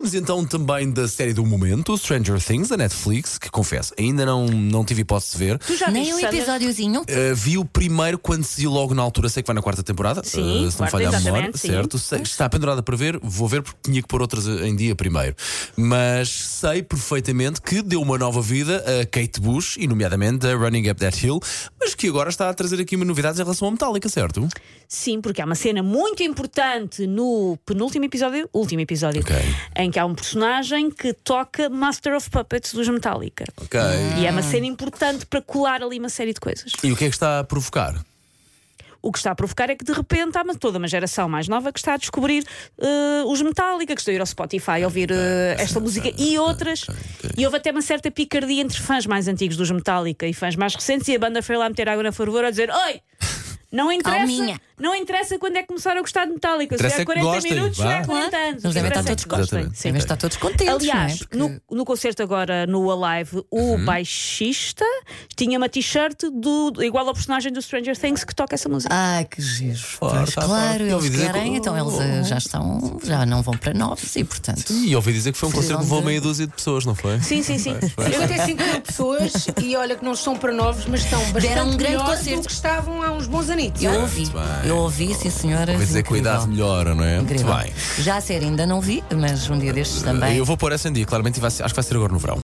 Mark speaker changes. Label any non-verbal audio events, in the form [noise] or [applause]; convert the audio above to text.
Speaker 1: Falamos então também da série do momento, Stranger Things, da Netflix, que confesso, ainda não, não tive hipótese de ver.
Speaker 2: Tu já
Speaker 3: Nem
Speaker 2: viste,
Speaker 3: um
Speaker 2: Sandra?
Speaker 3: episódiozinho.
Speaker 1: Uh, vi o primeiro quando se viu logo na altura, sei que vai na quarta temporada,
Speaker 2: Sim,
Speaker 1: uh, se não me
Speaker 2: quarta,
Speaker 1: falha a memória,
Speaker 2: exatamente, sim.
Speaker 1: certo? Sei- está pendurada para ver, vou ver porque tinha que pôr outras em dia primeiro. Mas sei perfeitamente que deu uma nova vida a Kate Bush, e nomeadamente a Running Up That Hill, mas que agora está a trazer aqui uma novidade em relação à Metallica, certo?
Speaker 2: Sim, porque há uma cena muito importante no penúltimo episódio, último episódio,
Speaker 1: Ok.
Speaker 2: em que há um personagem que toca Master of Puppets dos Metallica.
Speaker 1: Ok.
Speaker 2: E
Speaker 3: Ah.
Speaker 2: é uma cena importante para colar ali uma série de coisas.
Speaker 1: E o que é que está a provocar?
Speaker 2: O que está a provocar é que de repente há uma- toda uma geração mais nova que está a descobrir eh, os Metallica, que estão a ir ao Spotify a ouvir eh, esta música e outras. E houve até uma certa picardia entre fãs mais antigos dos Metallica e fãs mais recentes, e a banda foi lá meter água na fervura a dizer: Oi! Não interessa,
Speaker 3: [laughs] Calminha.
Speaker 2: não interessa quando é que começaram a gostar de Metallica. Se
Speaker 1: Interessa
Speaker 2: é
Speaker 1: é que
Speaker 2: 40
Speaker 1: gostem,
Speaker 2: minutos, se
Speaker 1: vá.
Speaker 2: é 40 anos.
Speaker 3: Eles devem estar
Speaker 2: Interessa é que
Speaker 3: todos
Speaker 2: gostem.
Speaker 3: contentes.
Speaker 1: Sim.
Speaker 3: Devem estar tá todos contentes. não é?
Speaker 2: Aliás,
Speaker 3: Porque-
Speaker 2: no, no concerto agora no Alive, o
Speaker 1: Uhum.
Speaker 2: baixista tinha uma t-shirt do- igual ao personagem do Stranger Things que toca essa música.
Speaker 3: Ai, que giro.
Speaker 1: Forte,
Speaker 3: Pois,
Speaker 1: forte.
Speaker 3: claro,
Speaker 1: tá, Eu ouvi
Speaker 3: eles
Speaker 1: dizer
Speaker 3: querem,
Speaker 1: que-
Speaker 3: então eles eh, já estão, já não vão para novos e portanto.
Speaker 1: E ouvi dizer que foi um
Speaker 3: Precisam
Speaker 1: concerto que levou
Speaker 3: de-
Speaker 1: meia dúzia de pessoas, não foi?
Speaker 2: Sim, sim, sim.
Speaker 4: Eu até 5 mil pessoas e olha que não são para novos, mas estão bastante
Speaker 3: Deram um grande
Speaker 4: melhor
Speaker 3: concerto.
Speaker 4: do que estavam há uns bons anitos.
Speaker 3: Eu ouvi,
Speaker 1: bem.
Speaker 3: eu ouvi, sim senhora.
Speaker 1: Ouvi dizer que
Speaker 3: incrível.
Speaker 1: é, cuidado melhora, não é?
Speaker 3: Incrível.
Speaker 1: Muito bem. Eh,
Speaker 3: Já a série ainda não vi, mas um dia destes também.
Speaker 1: Eu vou pôr essa em dia, claramente, e vai ser- acho que vai ser agora no verão.